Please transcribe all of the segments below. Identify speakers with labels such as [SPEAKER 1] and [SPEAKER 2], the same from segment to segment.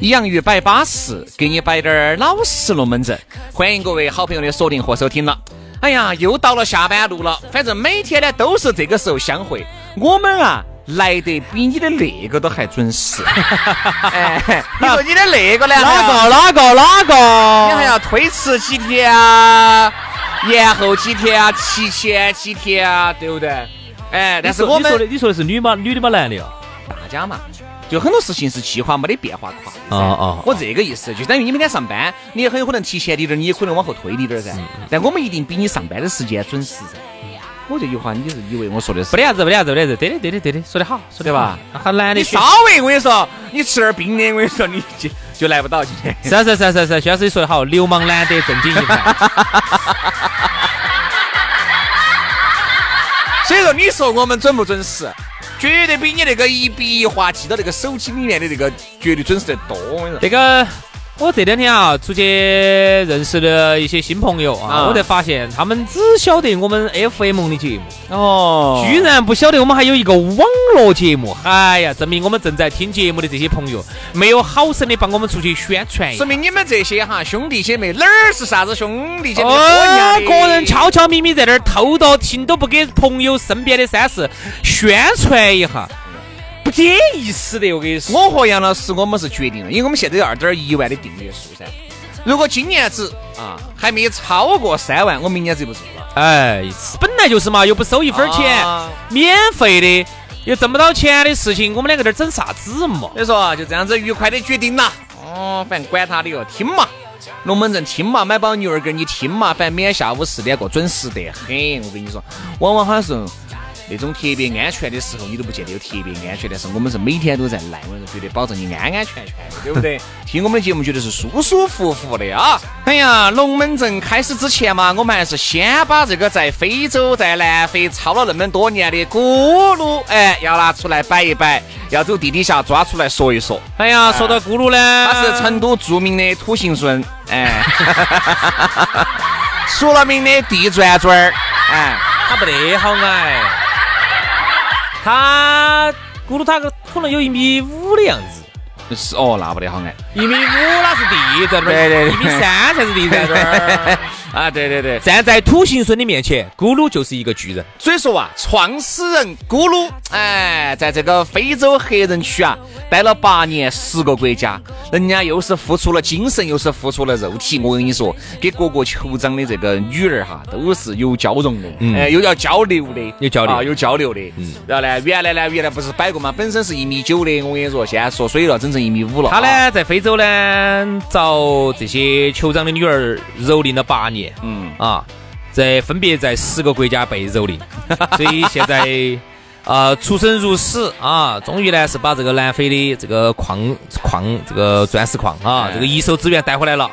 [SPEAKER 1] 洋芋摆巴适，给你摆点儿老实龙门阵。欢迎各位好朋友的锁定和收听了。哎呀，又到了下班路了，反正每天呢都是这个时候相会。我们啊来得比你的那个都还准时。 哎，你说你的那个呢？哪个哪个哪个？你还要推迟几天啊？延后几天啊？提前几天啊？对不对？哎，但是我
[SPEAKER 2] 你说的
[SPEAKER 1] 们
[SPEAKER 2] 你说的是女嘛女的嘛男的呀？
[SPEAKER 1] 大家嘛，就很多事情是计划没得变化快。
[SPEAKER 2] 啊啊，
[SPEAKER 1] 我这个意思，就等于你每天上班，你也很有可能提前一点儿，你也可能往后推一点儿噻。但我们一定比你上班的时间准时噻。嗯我这句话，你是以为我说的是
[SPEAKER 2] 没？得啥子，没得啥子，没得啥子，对的对的对的，说得好，说得
[SPEAKER 1] 对吧
[SPEAKER 2] 好？那喊男的
[SPEAKER 1] 你
[SPEAKER 2] 选
[SPEAKER 1] 稍微，我跟你说，你吃点儿冰的，我跟你说，你就就来不到今 天。
[SPEAKER 2] 是啊是啊是啊是啊是啊，徐老师你说的好，流氓难得正经一派，
[SPEAKER 1] 所以说，你说我们准不准时？绝对比你那个一笔一划记到那个手机里面的那个绝对准时得多。我跟你说，
[SPEAKER 2] 那个。我这两天啊，出去认识了一些新朋友啊，
[SPEAKER 1] 啊
[SPEAKER 2] 我才发现他们只晓得我们 FM 的节目，
[SPEAKER 1] 哦
[SPEAKER 2] 居然不晓得我们还有一个网络节目。哎呀，证明我们正在听节目的这些朋友没有好生的帮我们出去宣传一下
[SPEAKER 1] 说。明你们这些哈兄弟姐妹哪儿是啥子兄弟姐妹？
[SPEAKER 2] 哦，个人
[SPEAKER 1] 敲。
[SPEAKER 2] 悄悄咪咪在那儿偷到听都不给朋友身边的三四宣传一下，不得意思的，我跟你说。
[SPEAKER 1] 我和杨老师，我们是决定了，因为我们现在有二点一万的订阅数噻。如果今年子啊还没超过三万，我明年子就不做了。
[SPEAKER 2] 哎，本来就是嘛，又不收一分钱，
[SPEAKER 1] 啊
[SPEAKER 2] 免费的，又挣不到钱的事情，我们两个在这儿整啥子嘛？
[SPEAKER 1] 所以说啊就这样子愉快的决定啦。哦，反正管他的哟，听嘛，龙门阵听嘛，买包牛肉干你听嘛，反正每天下午四点过准时得很。我跟你说，往往好像是那种特别安全的时候，你都不见得有特别安全，但是我们是每天都在来，我是觉得保证你安安全全的，对不对？ 听我们的节目觉得是舒舒服服的啊。哎呀，龙门阵开始之前嘛，我们还是先把这个在非洲、在南非操了那么多年的咕噜，哎，要拿出来摆一摆，要走地底下抓出来说一说。
[SPEAKER 2] 哎呀，说到咕噜呢，
[SPEAKER 1] 他是成都著名的土行孙，哎， 出了名的地转转儿，哎，
[SPEAKER 2] 他不得好矮，他咕噜他可能有一米五的样子。
[SPEAKER 1] 是哦，那不得好哎，
[SPEAKER 2] 一米五那是地在那儿，
[SPEAKER 1] 对对对
[SPEAKER 2] 一米三才是地在那儿。
[SPEAKER 1] 啊，对对对，
[SPEAKER 2] 站在土行孙的面前，咕噜就是一个巨人。
[SPEAKER 1] 所以说啊，创始人咕噜，哎，在这个非洲黑人区啊，待了八年，十个国家，人家又是付出了精神，又是付出了肉体。我跟你说，给各国酋长的这个女儿哈，都是有交融的，哎，有要交流的，
[SPEAKER 2] 嗯有交流嗯
[SPEAKER 1] 啊，有交流的。然后呢，原来呢，原来不是摆过嘛，本身是一米九的，我跟你说，现在缩水了，整成一米五了。
[SPEAKER 2] 他
[SPEAKER 1] 啊，
[SPEAKER 2] 呢，在非洲呢，找这些酋长的女儿蹂躏了八年
[SPEAKER 1] 嗯，
[SPEAKER 2] 啊，在分别在十个国家被蹂躏，所以现在呃出生入死啊，终于呢是把这个南非的这个矿矿这个钻石矿啊
[SPEAKER 1] 哎，
[SPEAKER 2] 这个一手资源带回来了。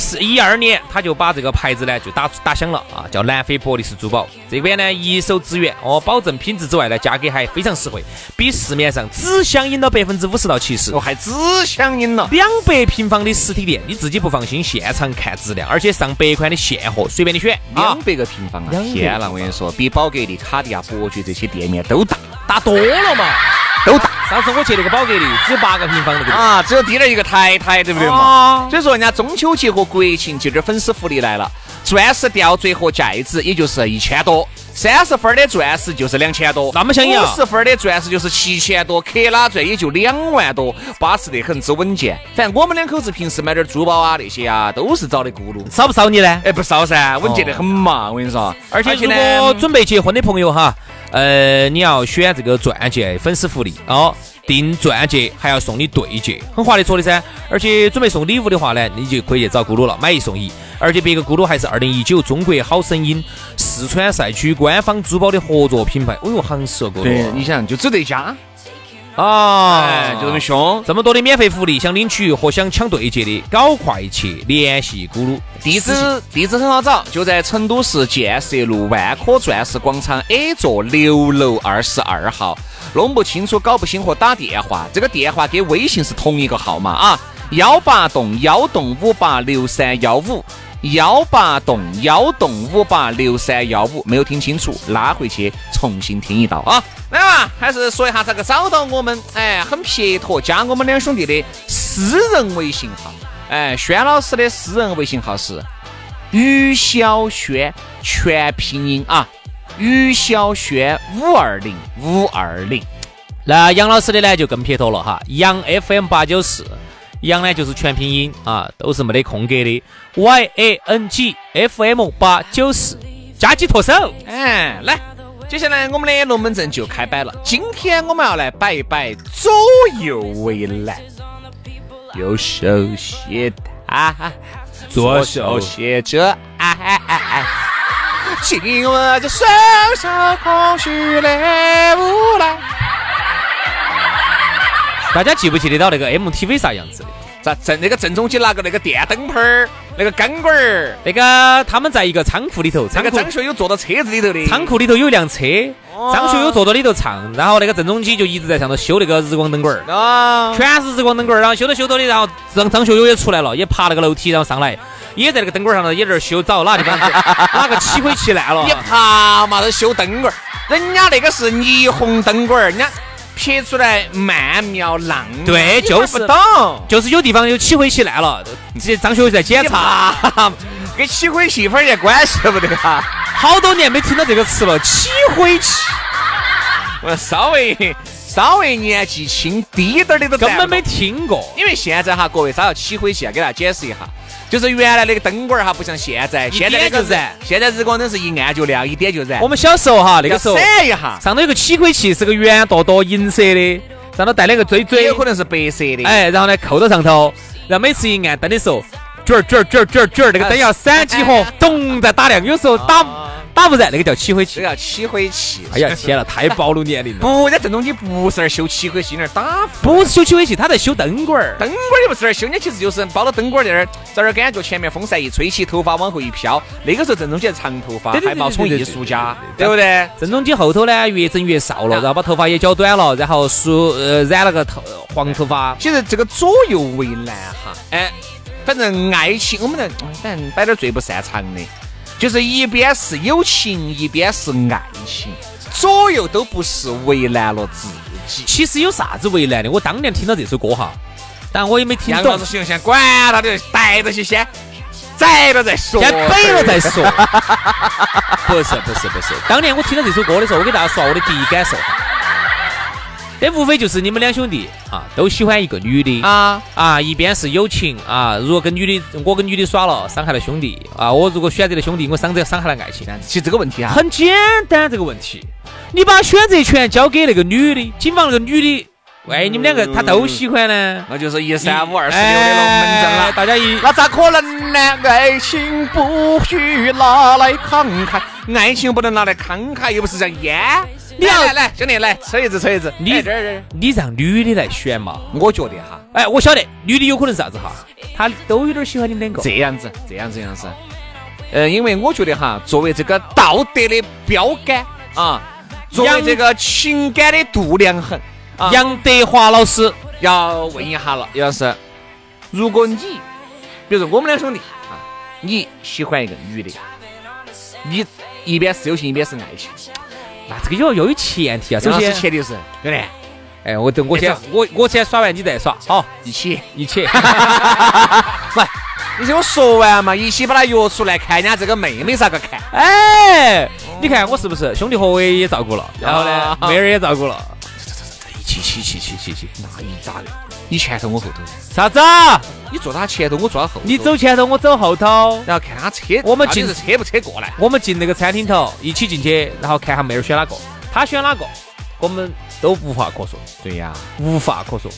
[SPEAKER 2] 是一二年，他就把这个牌子呢就打打响了啊，叫南非伯利斯珠宝。这边呢一手资源哦，保证品质之外呢，价格还非常实惠，比市面上只相应了百分之五十到七十
[SPEAKER 1] 哦我。还只想赢了。
[SPEAKER 2] 两百平方的实体店，你自己不放心，现场看质量，而且上百款的现货，随便你选啊
[SPEAKER 1] 两，百个平方啊！
[SPEAKER 2] 两百个
[SPEAKER 1] 天呐，我跟你说，比宝格丽、卡地亚、伯爵这些店面都大。
[SPEAKER 2] 打多了嘛，
[SPEAKER 1] 都大。
[SPEAKER 2] 上次我去那个宝格丽，只有八个平方那个地，
[SPEAKER 1] 啊，只有低了一个台台，对不对
[SPEAKER 2] 哦
[SPEAKER 1] 嘛？所以说，人家中秋节和国庆节这点粉丝福利来了，钻石吊坠和戒指也就是一千多，三十分的钻石就是两千多，
[SPEAKER 2] 那么香艳啊
[SPEAKER 1] 五十分的钻石就是七千多，克拉钻也就两万多，巴适得很，之稳健。反正我们两口子平时买点珠宝啊那些啊，都是找的咕噜。
[SPEAKER 2] 少不少你呢？
[SPEAKER 1] 哎，不少噻，稳健得很嘛，我跟你说。
[SPEAKER 2] 哦而且啊如
[SPEAKER 1] 呢，
[SPEAKER 2] 果准备结婚的朋友哈，呃，你要选这个钻戒，粉丝福利哦，订钻戒还要送你对戒，很划得着的噻。而且准备送礼物的话呢，你就可以去找咕噜了，买一送一。而且别个咕噜还是二零一九中国好声音四川赛区官方珠宝的合作品牌。哦哟，行是哦，咕
[SPEAKER 1] 对，
[SPEAKER 2] 噜
[SPEAKER 1] 你想就只这一家，
[SPEAKER 2] 啊，
[SPEAKER 1] 哎，就这么凶。
[SPEAKER 2] 这么多的免费福利，想领取和想抢对戒的，搞快去联系咕噜。
[SPEAKER 1] 地址地址很好找，就在成都市建设路万科钻石广场 A 座六楼二十二号。弄不清楚、搞不清或打电话，这个电话跟微信是同一个号码啊，幺八栋幺栋五八六三幺五。幺八栋幺栋五八六三幺五，没有听清楚，拉回去重新听一道啊！来嘛，还是说一下咋个找到我们？哎，很撇脱，加我们两兄弟的私人微信号。哎，轩老师的私人微信号是于小轩，全拼音啊，于小轩五二零五二零。
[SPEAKER 2] 那杨老师的呢就更撇脱了哈，杨 FM 八九四，杨呢就是全拼音啊，都是没得空格的，Y A N G F M 八九四，加起脱手。
[SPEAKER 1] 哎，来，接下来我们的龙门阵就开摆了。今天我们要来摆一摆左右为难，右手写他，左手写啊着爱。请我这双手空虚的无奈。
[SPEAKER 2] 大家记不记得到那个 MTV 啥样子的？
[SPEAKER 1] 咋正那个正中间拿个那个电灯泡儿，那个钢管儿，
[SPEAKER 2] 那个他们在一个仓库里哦头，
[SPEAKER 1] 那
[SPEAKER 2] 仓
[SPEAKER 1] 个
[SPEAKER 2] 库
[SPEAKER 1] 张学友坐到车子里头的
[SPEAKER 2] 仓库里头有一辆车，张学友坐到里头唱，然后那个郑中基就一直在上头修那个日光灯管儿。
[SPEAKER 1] 啊，
[SPEAKER 2] 全是日光灯管儿，然后修着修着的，然后张张学友也出来了，也爬那个楼梯，然后上来，也在那个灯管儿上头，也在那儿修，找哪个地方哪个起灰气烂了
[SPEAKER 1] 你，怕嘛都修灯管儿，人家那个是霓虹灯管儿，人家撇出来曼妙浪漫，
[SPEAKER 2] 对
[SPEAKER 1] 你还
[SPEAKER 2] 就是
[SPEAKER 1] 不懂，
[SPEAKER 2] 就是有地方有起灰气烂了，这些张学友在检
[SPEAKER 1] 你
[SPEAKER 2] 查，
[SPEAKER 1] 怕跟起灰气氛一点关系都不得啊哈，
[SPEAKER 2] 好多年没听到这个词了，起灰气，
[SPEAKER 1] 我稍微稍微年纪轻低点儿的都
[SPEAKER 2] 根
[SPEAKER 1] 站
[SPEAKER 2] 本
[SPEAKER 1] 不
[SPEAKER 2] 没听过。
[SPEAKER 1] 因为现在哈，各位啥叫起灰器啊？给大家解释一下，就是原来那个灯管儿哈，不像现在，现在那个
[SPEAKER 2] 点就燃
[SPEAKER 1] 现在日光灯是一按就亮，一点就燃。
[SPEAKER 2] 我们小时候哈，那个时候
[SPEAKER 1] 要闪一下，
[SPEAKER 2] 上头有个起灰器，是个圆坨坨银色的，上头带了个锥
[SPEAKER 1] 也
[SPEAKER 2] 锥
[SPEAKER 1] 有，可能是白色的。，
[SPEAKER 2] 哎，然后呢扣到上头，然后每次一按灯的时候，卷儿卷儿卷儿卷儿卷儿，那个灯要闪几火，咚在打亮，有时候打打不燃，那个叫起灰
[SPEAKER 1] 这
[SPEAKER 2] 气
[SPEAKER 1] 个。叫起灰器。
[SPEAKER 2] 哎呀，天呐，太暴露年龄了！
[SPEAKER 1] 不，人家郑中基不是那儿修起灰器，那儿打火
[SPEAKER 2] 不是修起灰器，他在修灯管儿。
[SPEAKER 1] 灯管儿也不是那儿修，人家其实就是包了灯管儿在那儿，在那儿感觉前面风扇一吹起，头发往后一飘。那个时候郑中基还长头发，
[SPEAKER 2] 对对对
[SPEAKER 1] 还冒充
[SPEAKER 2] 对对
[SPEAKER 1] 艺术家，
[SPEAKER 2] 对
[SPEAKER 1] 对
[SPEAKER 2] 对
[SPEAKER 1] 不对？
[SPEAKER 2] 郑中基后头呢，越整越少了，然后把头发也绞短了，然后梳呃染了个头黄头发。
[SPEAKER 1] 其实这个左右为难哈，哎，反正爱情我们这反正摆点最不擅长的，就是一边是友情，一边是爱情，左右都不是为难了自己。
[SPEAKER 2] 其实有啥子为难的？我当年听到这首歌哈，但我也没听
[SPEAKER 1] 杨老
[SPEAKER 2] 懂
[SPEAKER 1] 师，心想，管他的，逮着些先，宰了再说，
[SPEAKER 2] 先背了再说。不是不是不是，当年我听到这首歌的时候，我给大家说我的第一感受哈，这无非就是你们两兄弟啊，都喜欢一个女的
[SPEAKER 1] 啊。
[SPEAKER 2] 啊，一边是友情啊，如果跟女的我跟女的耍了，伤害了兄弟啊，我如果选择了兄弟，我伤这伤害了爱情。
[SPEAKER 1] 其实这个问题啊，
[SPEAKER 2] 很简单这个问题，你把选择权交给那个女的，警方那个女的，哎，你们两个他都喜欢呢。
[SPEAKER 1] 那就是一三五二四六的龙门阵
[SPEAKER 2] 哎
[SPEAKER 1] 了。
[SPEAKER 2] 大家一
[SPEAKER 1] 那咋可能呢？爱情不许拿来慷慨，爱情不能拿来慷慨，又不是像烟。
[SPEAKER 2] 你要
[SPEAKER 1] 来来来，兄弟来抽一支，抽一支。
[SPEAKER 2] 你
[SPEAKER 1] 哎这儿这儿，
[SPEAKER 2] 你让女的来选嘛。
[SPEAKER 1] 我觉得哈，
[SPEAKER 2] 哎，我晓得女的有可能是啥子哈，她都有点喜欢你们两个。
[SPEAKER 1] 这样子，这样子，这样子。呃，因为我觉得哈，作为这个道德的标杆啊，作为
[SPEAKER 2] 杨
[SPEAKER 1] 这个情感的度量衡啊，
[SPEAKER 2] 杨德华老师，
[SPEAKER 1] 要问一下了，杨老师，如果你，比如说我们两兄弟啊，你喜欢一个女的，你一边是友情，一边是爱情，
[SPEAKER 2] 那这个要要有钱提啊。首
[SPEAKER 1] 首
[SPEAKER 2] 先
[SPEAKER 1] 先，前提是，兄弟
[SPEAKER 2] 哎，我等我
[SPEAKER 1] 哎
[SPEAKER 2] 先
[SPEAKER 1] 走
[SPEAKER 2] 我我先耍完，你再耍，好，
[SPEAKER 1] 一起，
[SPEAKER 2] 一 起。
[SPEAKER 1] 你听我说完嘛，一起把她约出来看人家这个妹妹咋个看，
[SPEAKER 2] 哎，你看我是不是兄弟伙我也照顾了，啊然后呢，妹儿也照顾了，
[SPEAKER 1] 去去去去去去，那一咋的？你前头我后头，
[SPEAKER 2] 啥子？啊
[SPEAKER 1] 你坐他前头，我坐他后头，
[SPEAKER 2] 你走前头，我走后头。
[SPEAKER 1] 然后看他车，
[SPEAKER 2] 我们
[SPEAKER 1] 到底
[SPEAKER 2] 进
[SPEAKER 1] 是车不车过来？
[SPEAKER 2] 我们进那个餐厅头，一起进去，然后看下妹儿选哪个，她选哪个，我们都无话可说，
[SPEAKER 1] 对呀、
[SPEAKER 2] 无话可说。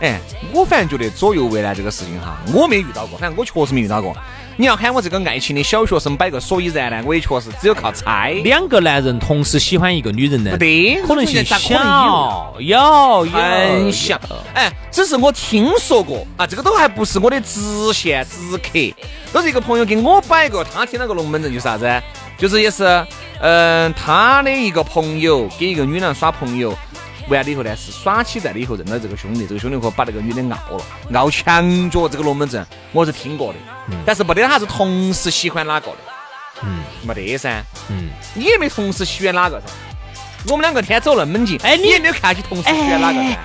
[SPEAKER 1] 哎，我反正觉得左右为难这个事情哈，我没遇到过，反正我确实没遇到过。你要喊我这个爱情的小学生摆个所以然呢，我也确实只有靠猜。
[SPEAKER 2] 两个男人同时喜欢一个女人呢，
[SPEAKER 1] 不得
[SPEAKER 2] 可能性
[SPEAKER 1] 这种人咋可能
[SPEAKER 2] 小，有有
[SPEAKER 1] 很像，哎，只是我听说过啊，这个都还不是我的直线直客，都哎是一个朋友给我摆过，他听到个龙门阵就是啥子，就是也是，嗯、他的一个朋友给一个女郎耍朋友，完了以后呢，是耍起在了以后认了这个兄弟，这个兄弟伙把那个女的拗了，拗墙角，这个龙门阵我是听过的，但是没得他是同时喜欢哪个的，嗯，没得噻，
[SPEAKER 2] 嗯，
[SPEAKER 1] 你也没同时喜欢哪个噻。我们两个天走那么近，哎，你也没有看起同时喜欢哪个噻？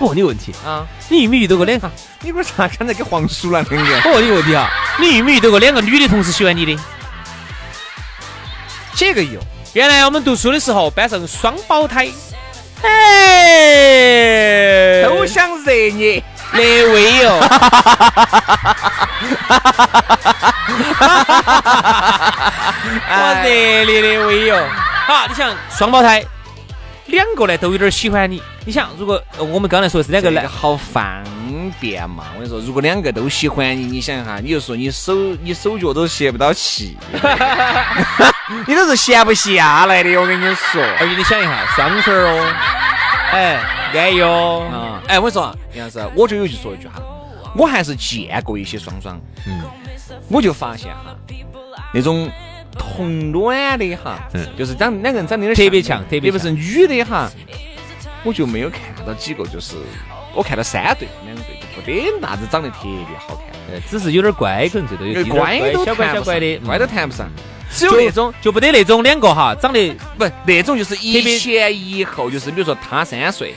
[SPEAKER 2] 我问你问题，
[SPEAKER 1] 啊，
[SPEAKER 2] 你有没有遇到过两个？
[SPEAKER 1] 你不是啥刚才跟黄鼠狼 两个？
[SPEAKER 2] 我问你问题啊，你有没有遇到过两个女的同时喜欢你的？
[SPEAKER 1] 这个有，
[SPEAKER 2] 原来我们读书的时候，班上双胞胎，哎，
[SPEAKER 1] 都想惹你。
[SPEAKER 2] 那位 哟，我热烈的位哟。好，你想双胞胎，两个呢都有点喜欢你。你想，如果呃我们刚才说的是两个
[SPEAKER 1] 这个
[SPEAKER 2] 男，
[SPEAKER 1] 好方便嘛！我跟你说，如果两个都喜欢你，你想哈，你就说你手你手脚都歇不到气， 你都是闲不下来的。我跟你说，
[SPEAKER 2] 而且你想一下，双份儿哦，哎，安逸哦，
[SPEAKER 1] 啊，哎，我跟你说啊，杨老师，我就有句说一句哈，我还是见过一些双双，嗯，我就发现哈，那种同卵的哈，嗯，就是当两个人长得有点像
[SPEAKER 2] 特别像特别像
[SPEAKER 1] 特别是女的哈，我就没有看到几个，就是我看到三对两对，就不得那子长得特别好看，
[SPEAKER 2] 呃只是有点乖，可能最多有有点
[SPEAKER 1] 乖都
[SPEAKER 2] 小乖
[SPEAKER 1] 谈
[SPEAKER 2] 小
[SPEAKER 1] 不上
[SPEAKER 2] 乖的，，
[SPEAKER 1] 乖都
[SPEAKER 2] 嗯
[SPEAKER 1] 谈不上，只有
[SPEAKER 2] 就
[SPEAKER 1] 那种。
[SPEAKER 2] 就不得那种两个哈，长得
[SPEAKER 1] 不，那种就是
[SPEAKER 2] 特别
[SPEAKER 1] 一前一后，就是比如说他三岁，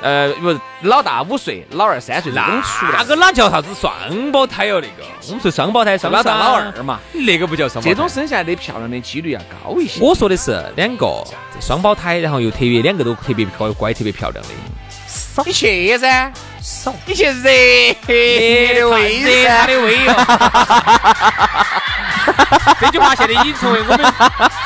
[SPEAKER 1] 呃，不是老大五岁，老二三岁，这种出来
[SPEAKER 2] 那个哪叫啥子双胞胎哦哟、那个我们说双胞胎，双
[SPEAKER 1] 老
[SPEAKER 2] 胞
[SPEAKER 1] 大
[SPEAKER 2] 胎
[SPEAKER 1] 老二嘛，
[SPEAKER 2] 那个不叫双胞胎。
[SPEAKER 1] 这种生下来的漂亮的几率要高一些。
[SPEAKER 2] 我说的是两个双胞胎，然后又特别两个都特别乖乖、特别漂亮的，
[SPEAKER 1] 你去噻，
[SPEAKER 2] 少
[SPEAKER 1] 你去热的位
[SPEAKER 2] 他
[SPEAKER 1] 噻。
[SPEAKER 2] 的胃哟。 这句话现在已经成为 我们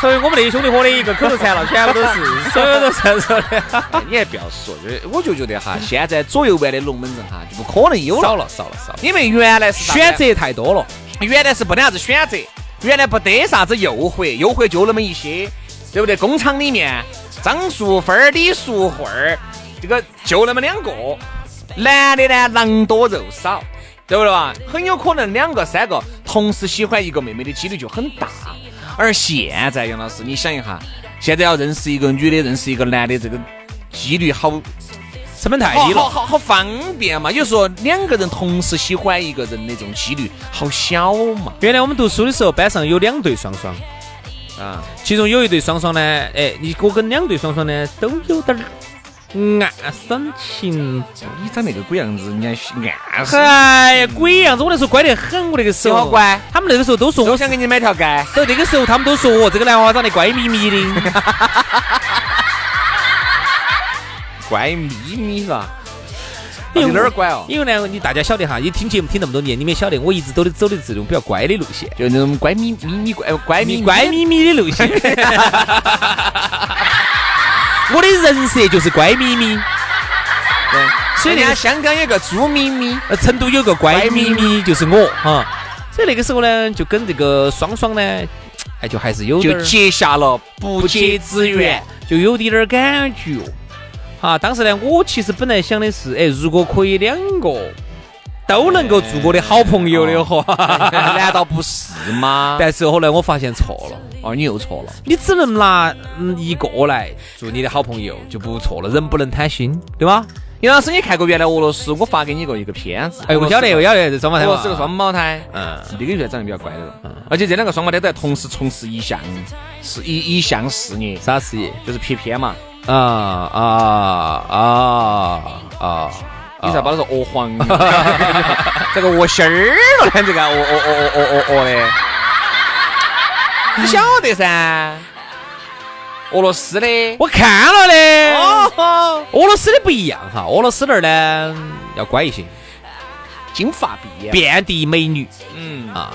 [SPEAKER 2] 成为我们那些兄弟伙的一个口头禅了，全部都是，所有都是这样说的。
[SPEAKER 1] 你还不要说，就是我就觉得哈，现在左右弯的龙门阵哈就不可能有了，
[SPEAKER 2] 了，少了，少了。
[SPEAKER 1] 因为原来是啥子
[SPEAKER 2] 选，择太多了，
[SPEAKER 1] 原来是不得啥子选择，原来不得啥子诱惑，诱惑就那么一些，对不对？工厂里面张淑芬儿、李淑慧儿，这个就那么两个，男的呢狼多肉少。对不对吧？很有可能两个、三个同时喜欢一个妹妹的几率就很大。而现在，杨老师，你想一下，现在要认识一个女的，认识一个男的，这个几率好
[SPEAKER 2] 成本太
[SPEAKER 1] 好
[SPEAKER 2] 低
[SPEAKER 1] 好
[SPEAKER 2] 了。
[SPEAKER 1] 好好方便嘛。有时候两个人同时喜欢一个人的这种几率好小嘛。
[SPEAKER 2] 原来我们读书的时候，班上有两对双双，
[SPEAKER 1] 啊，
[SPEAKER 2] 其中有一对双双呢，哎，你我跟两对双双呢都有点儿暗生情
[SPEAKER 1] 你长那个鬼样子，人家暗示
[SPEAKER 2] 哎呀，鬼样子！我那时候乖得很，我那个时
[SPEAKER 1] 你
[SPEAKER 2] 候
[SPEAKER 1] 好乖。
[SPEAKER 2] 他们那个时候都说
[SPEAKER 1] 都
[SPEAKER 2] 我，
[SPEAKER 1] 想给你买条街。
[SPEAKER 2] 都那个时候他们都说哦我这个男娃娃长得乖咪咪的。
[SPEAKER 1] 乖咪咪是吧？到底哪啊儿乖哦？
[SPEAKER 2] 因为呢，你大家晓得哈，你听节目听那么多年，你们也晓得我哦一直都走的这种比较乖的路线，
[SPEAKER 1] 就那种乖咪咪咪乖乖咪
[SPEAKER 2] 乖咪咪的路 线。我的人设就是乖咪咪，
[SPEAKER 1] 对
[SPEAKER 2] 所以那
[SPEAKER 1] 人家
[SPEAKER 2] 个
[SPEAKER 1] 香港有个猪咪咪。
[SPEAKER 2] 呃，成都有个乖
[SPEAKER 1] 乖
[SPEAKER 2] 咪
[SPEAKER 1] 咪咪
[SPEAKER 2] 咪就是我哈。所以那个时候呢，就跟这个双双呢，哎，就还是有点
[SPEAKER 1] 就
[SPEAKER 2] 儿
[SPEAKER 1] 结下了
[SPEAKER 2] 不
[SPEAKER 1] 不
[SPEAKER 2] 解
[SPEAKER 1] 解
[SPEAKER 2] 之
[SPEAKER 1] 之
[SPEAKER 2] 缘
[SPEAKER 1] 缘。，
[SPEAKER 2] 就有滴点儿感觉。哈，当时呢，我其实本来想的是，哎，如果可以两个都能够做我的好朋友的话，
[SPEAKER 1] 难道不是吗？
[SPEAKER 2] 但是后来我发现错了，
[SPEAKER 1] 哦，你又错了。
[SPEAKER 2] 你只能拿嗯一个来做你的好朋友，就不错了，人不能贪心，对吧？
[SPEAKER 1] 杨老师，你看过原来俄罗斯？我发给你过一个片子。
[SPEAKER 2] 哎，我晓得，我
[SPEAKER 1] 俄
[SPEAKER 2] 晓得，哦这双胞胎
[SPEAKER 1] 罗
[SPEAKER 2] 嘛
[SPEAKER 1] 斯哦个双胞胎，
[SPEAKER 2] 嗯
[SPEAKER 1] 那个月长得比较乖的，而且这两个双胞胎都在同时从事一项是一一项事业，
[SPEAKER 2] 啥事业
[SPEAKER 1] 就是拍片嘛。
[SPEAKER 2] 啊啊啊啊！
[SPEAKER 1] 你才把它说鹅黄， 哦这个鹅心儿了，这个鹅鹅鹅鹅鹅鹅的。你晓得噻，俄罗斯的，
[SPEAKER 2] 我看了的。
[SPEAKER 1] 哦，
[SPEAKER 2] 俄罗斯的不一样哈，俄罗斯那儿呢要乖一些，
[SPEAKER 1] 金发碧眼，
[SPEAKER 2] 遍地美女
[SPEAKER 1] 嗯，
[SPEAKER 2] 啊。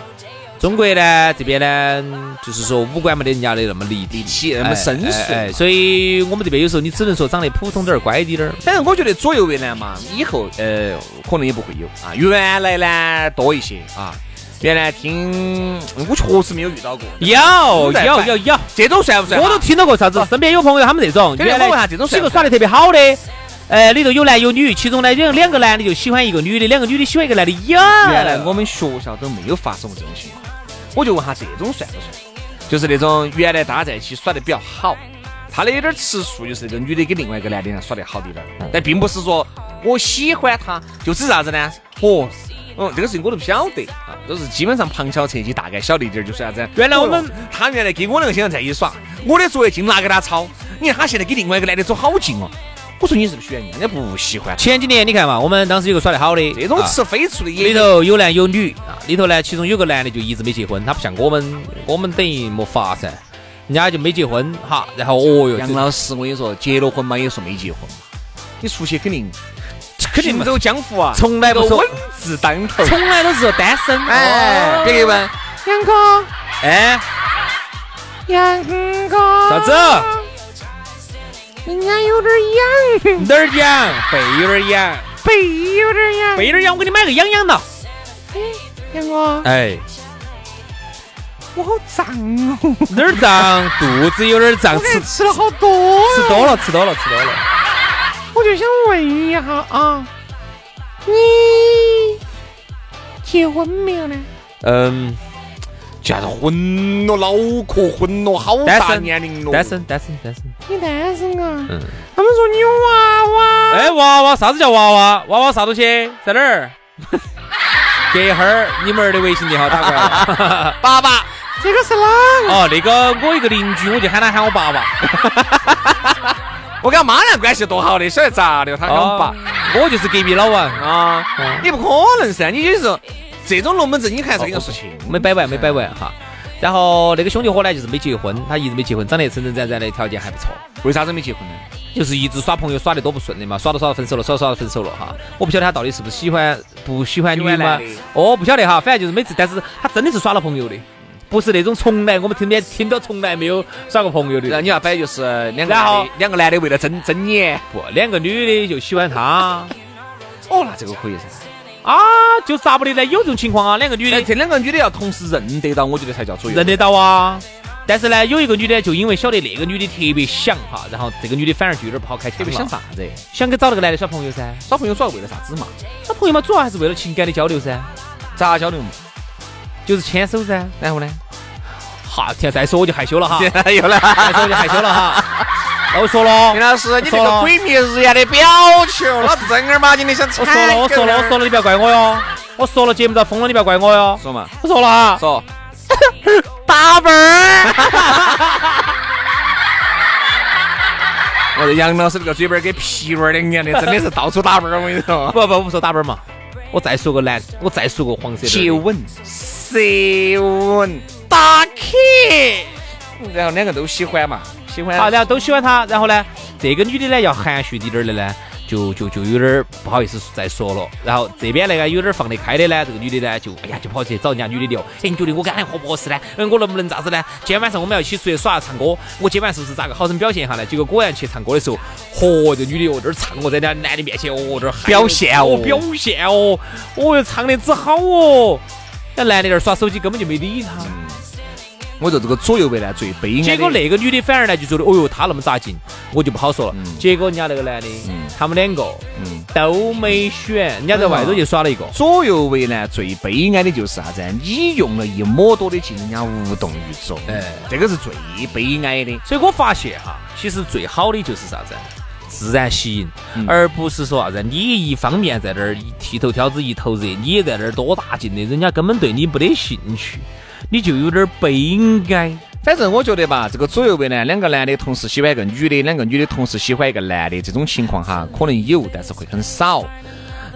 [SPEAKER 2] 中国呢这边呢，就是说五官没得人家的那么立体
[SPEAKER 1] 立，体那么深
[SPEAKER 2] 哎哎哎
[SPEAKER 1] 邃。
[SPEAKER 2] 所以我们这边有时候你只能说长得普通点儿、乖滴点儿。
[SPEAKER 1] 反正我觉得左右为难嘛，以后呃可能也不会有啊。原来呢多一些啊，原来听我确实没有遇到过。
[SPEAKER 2] 有
[SPEAKER 1] 在
[SPEAKER 2] 有
[SPEAKER 1] 摆
[SPEAKER 2] 有有，
[SPEAKER 1] 这种算不算哈？啊
[SPEAKER 2] 我都听到过啥子，身边有朋友他们这种，
[SPEAKER 1] 对对
[SPEAKER 2] 原
[SPEAKER 1] 我问
[SPEAKER 2] 来
[SPEAKER 1] 下这种
[SPEAKER 2] 几
[SPEAKER 1] 算不
[SPEAKER 2] 个
[SPEAKER 1] 算
[SPEAKER 2] 耍得特别好的，呃，里头有男有女，其中呢有两个男的就喜欢一个女的，两个女的喜欢一个男的，有。
[SPEAKER 1] 原
[SPEAKER 2] 呃
[SPEAKER 1] 来我们学校都没有发生过这种情况，我就问下这种算不算？就是那种原来大家在一起耍得比较好，他的有点吃醋，就是那个女的跟另外一个男的呢耍得好一点儿，
[SPEAKER 2] 嗯
[SPEAKER 1] 但并不是说我喜欢他，就只是啥子呢？哦，嗯，这个事情我都不晓得啊，都是基本上旁敲侧击，大概晓得一点儿，就是啥子？
[SPEAKER 2] 原来我们
[SPEAKER 1] 哦他原来跟我那个先生在一起耍，我的作业净拿给他抄，你看他现在跟另外一个男的走好近哦。我说你是不是喜欢人家不喜欢？
[SPEAKER 2] 前几年你看嘛，我们当时有个耍得好的，
[SPEAKER 1] 这种
[SPEAKER 2] 啊
[SPEAKER 1] 吃飞醋的也
[SPEAKER 2] 里头有男有女啊，里头呢，其中有个男的就一直没结婚，他不像我们，我们等于没法噻，人家就没结婚哈，然后哦哟，
[SPEAKER 1] 杨
[SPEAKER 2] 这
[SPEAKER 1] 老师，我跟你说，结了婚嘛，也说没结婚嘛，你出去肯定
[SPEAKER 2] 肯定
[SPEAKER 1] 行
[SPEAKER 2] 嘛
[SPEAKER 1] 走江湖啊，
[SPEAKER 2] 从来不
[SPEAKER 1] 这个
[SPEAKER 2] 说
[SPEAKER 1] 稳字当头。
[SPEAKER 2] 从来都是单身，
[SPEAKER 1] 哎，
[SPEAKER 2] 别
[SPEAKER 1] 别给问，杨哥，
[SPEAKER 2] 哎，
[SPEAKER 1] 杨哥，
[SPEAKER 2] 啥子？
[SPEAKER 1] 人家有点痒，
[SPEAKER 2] 哪儿痒？背有点痒，
[SPEAKER 1] 背有点痒。
[SPEAKER 2] 背有点痒，我给你买个痒痒挠。
[SPEAKER 1] 杨哥，
[SPEAKER 2] 哎，
[SPEAKER 1] 我好胀哦，
[SPEAKER 2] 哪儿胀？肚子有点胀，
[SPEAKER 1] 我
[SPEAKER 2] 吃
[SPEAKER 1] 给
[SPEAKER 2] 吃
[SPEAKER 1] 吃了好多啊，
[SPEAKER 2] 多了，吃多了，吃多了。
[SPEAKER 1] 我就想问一下啊，你结婚没有呢？
[SPEAKER 2] 嗯，
[SPEAKER 1] 现在混了，脑壳混了，好
[SPEAKER 2] 单
[SPEAKER 1] 大
[SPEAKER 2] 身
[SPEAKER 1] 年龄了，
[SPEAKER 2] 单身，单身，单身。
[SPEAKER 3] 你单身啊？
[SPEAKER 2] 嗯
[SPEAKER 3] 他们说你有娃娃，
[SPEAKER 2] 哎，娃娃，啥子叫娃娃？娃娃啥东西？在哪儿？ 隔一会儿你们儿的微信电话打过 来。
[SPEAKER 1] 爸爸。
[SPEAKER 3] 这个是哪个？
[SPEAKER 2] 哦，那个我一个邻居，我就喊他喊我爸爸，
[SPEAKER 1] 我跟他妈俩关系多好的，晓得咋的？他跟我爸
[SPEAKER 2] 哦，我就是隔壁老王。
[SPEAKER 1] 啊，
[SPEAKER 2] 嗯
[SPEAKER 1] 你不可能噻！你就是这种龙门阵，你看是跟个说清，
[SPEAKER 2] 没摆完，没摆完哈。然后那个兄弟伙呢，就是没结婚，他一直没结婚，长得成成展展的，条件还不错，
[SPEAKER 1] 为啥子没结婚呢？
[SPEAKER 2] 就是一直耍朋友耍得多不顺的嘛，耍着耍着分手了，耍着耍着分手了哈。我不晓得他到底是不是喜欢不喜欢女
[SPEAKER 1] 喜欢
[SPEAKER 2] 嘛
[SPEAKER 1] 男的？
[SPEAKER 2] 哦，不晓得哈，反正就是每次，但是他真的是耍了朋友的，不是那种从来我们听边听到从来没有耍过朋友
[SPEAKER 1] 然后
[SPEAKER 2] 的。
[SPEAKER 1] 你要摆就是两个
[SPEAKER 2] 然后
[SPEAKER 1] 男的两个男的为了争争你，
[SPEAKER 2] 不，两个女的就喜欢他
[SPEAKER 1] 哦，那这个可以噻。
[SPEAKER 2] 啊，就咋不的呢？有这种情况啊，两个女
[SPEAKER 1] 但
[SPEAKER 2] 的
[SPEAKER 1] 这两个女的要同时认得到，我觉得才叫左右
[SPEAKER 2] 认。得到啊。但是呢，有一个女的就因为晓得那个女的特别想哈，然后这个女的反而就有点不好开
[SPEAKER 1] 特
[SPEAKER 2] 枪
[SPEAKER 1] 别
[SPEAKER 2] 了
[SPEAKER 1] 想。啥子？
[SPEAKER 2] 想跟找那个男的耍朋友噻，
[SPEAKER 1] 耍朋友耍为了啥子嘛？
[SPEAKER 2] 耍朋友嘛，主要还是为了情感的交流噻，
[SPEAKER 1] 咋交流嘛？
[SPEAKER 2] 就是牵手噻。
[SPEAKER 1] 然后呢？
[SPEAKER 2] 好，天，再说我就害羞 了哈，
[SPEAKER 1] 又来。
[SPEAKER 2] 再说我就害羞了哈。那我说了
[SPEAKER 1] 林，老师，你这
[SPEAKER 2] 说
[SPEAKER 1] 个
[SPEAKER 2] 了
[SPEAKER 1] 鬼迷日眼的表情，老子正儿八经的想
[SPEAKER 2] 我
[SPEAKER 1] 踩
[SPEAKER 2] 说了，我说了，我说
[SPEAKER 1] 了，
[SPEAKER 2] 了，你不要怪我哟。我说了，节目遭封了，你不要怪我哟。
[SPEAKER 1] 说嘛，
[SPEAKER 2] 我说了啊，
[SPEAKER 1] 说。
[SPEAKER 2] 打分儿。
[SPEAKER 1] 我这杨老师这个嘴巴儿跟皮娃儿两样的，真的是到处打啵儿，我跟你说。
[SPEAKER 2] 不不，我不说打分嘛，我再说个男，我再说个黄色
[SPEAKER 1] 接
[SPEAKER 2] 的。
[SPEAKER 1] 吻、舌吻、打 K，然后两个都喜欢嘛，喜欢。
[SPEAKER 2] 好，然后都喜欢他，然后呢，这个女的呢要含蓄滴点儿的呢，就就就有点儿不好意思再说了。然后这边那个有点儿放得开的呢，这个女的呢就哎呀就跑去找人家女的聊，哎你觉得我跟他合不合适呢？嗯，我能不能咋子呢？今天晚上我们要一起出去耍唱歌，我今晚是不是咋个好生表现一下呢？结果果然去唱歌的时候，嚯，这女的哦这儿唱哦，在那男的面前哦这儿嗨
[SPEAKER 1] 表现哦
[SPEAKER 2] 哦表现哦，哦哟唱的之好哦，那男的在那儿耍手机根本就没理她。
[SPEAKER 1] 我说这个左右为难最悲哀的
[SPEAKER 2] 结果那个女的反而呢就觉得，哦哟，他那么扎劲，我就不好说了。
[SPEAKER 1] 嗯
[SPEAKER 2] 结果人家那个男的，
[SPEAKER 1] 嗯
[SPEAKER 2] 他们两个
[SPEAKER 1] 嗯
[SPEAKER 2] 都没选，人家在外头就耍了一个。
[SPEAKER 1] 左右为难最悲哀的就是啥子？你用了一抹多的劲，人家无动于衷。
[SPEAKER 2] 哎
[SPEAKER 1] 这个是最悲哀的。
[SPEAKER 2] 所以我发现哈，其实最好的就是啥子？啊自然吸引，
[SPEAKER 1] 嗯
[SPEAKER 2] 而不是说啥子你一方面在那儿一剃头挑子一头热，你也在那儿多大劲的，人家根本对你没得兴趣，你就有点儿悲哀。
[SPEAKER 1] 反正我觉得吧，这个左右为难，两个男的同时喜欢一个女的，两个女的同时喜欢一个男的，这种情况哈，可能有，但是会很少。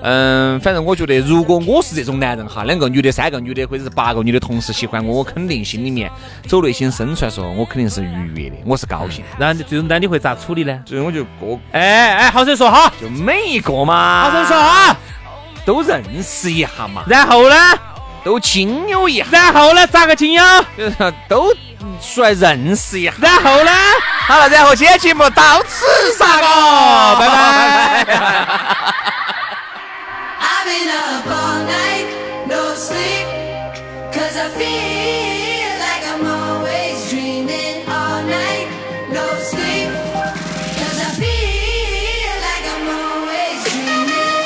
[SPEAKER 1] 嗯，反正我觉得，如果我是这种男人哈，两个女的、三个女的，或者是八个女的同时喜欢我，我肯定心里面走内心深处来说，我肯定是愉悦的，我是高兴的。
[SPEAKER 2] 然后最终那你会咋处理呢？
[SPEAKER 1] 所以我就过，
[SPEAKER 2] 哎哎，好生说哈，
[SPEAKER 1] 就每一个嘛，
[SPEAKER 2] 好生说哈。
[SPEAKER 1] 都认识一下嘛，
[SPEAKER 2] 然后呢？
[SPEAKER 1] 都亲友一下，
[SPEAKER 2] 然后呢？咋个亲友？
[SPEAKER 1] 就是 都出来认识一下。
[SPEAKER 2] 然后呢？
[SPEAKER 1] 好了，然后今天节目到此煞
[SPEAKER 2] 哦
[SPEAKER 1] 个，
[SPEAKER 2] 拜
[SPEAKER 1] 拜
[SPEAKER 2] 拜
[SPEAKER 1] 拜。
[SPEAKER 4] I've been up all night, no sleep, cause I feel like I'm always dreaming all night, no sleep, cause I feel like I'm always dreaming.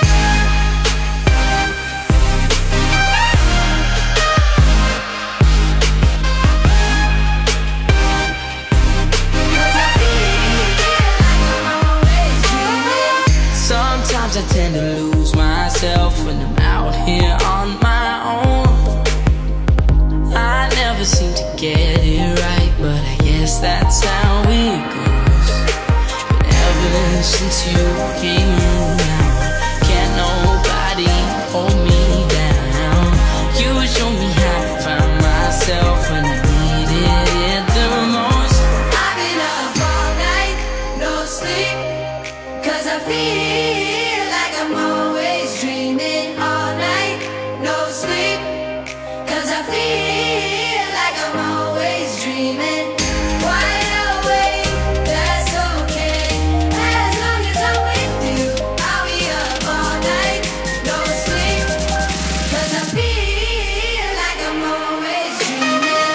[SPEAKER 4] Cause I feel like I'm always dreaming.
[SPEAKER 5] Sometimes I tend to lose myself when I'm out here on my own. I never seem to get it right, but I guess that's how it goes. But ever since you came around, can't nobody hold me down. You show me how to find myself when I needed it the most.
[SPEAKER 4] I've been up all night, no sleep, 'cause I feel like I'm always dreaming all night, no sleep, 'cause I feel like I'm always dreaming. Wide awake, that's okay, as long as I'm with you. I'll be up all night, no sleep, 'cause I feel like I'm always dreaming.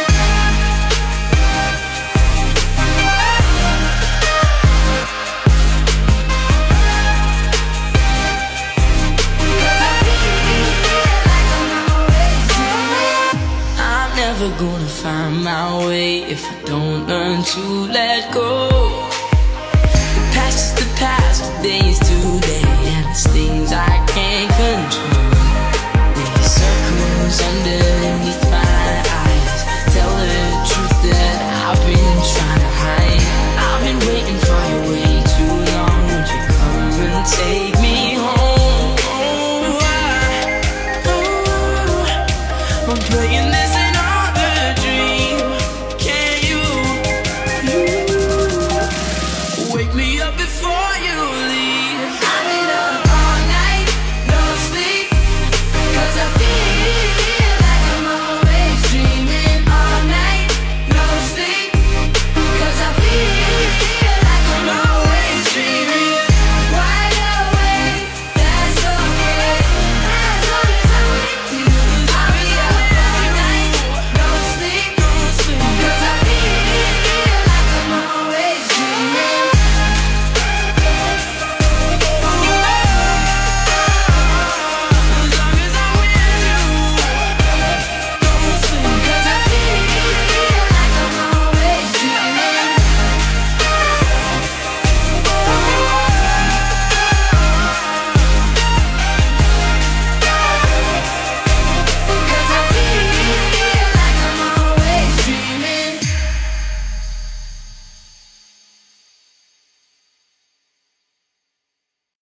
[SPEAKER 5] I'm never gonna find my way if I don't learn to let go. The past is the past, today is today, and it's things I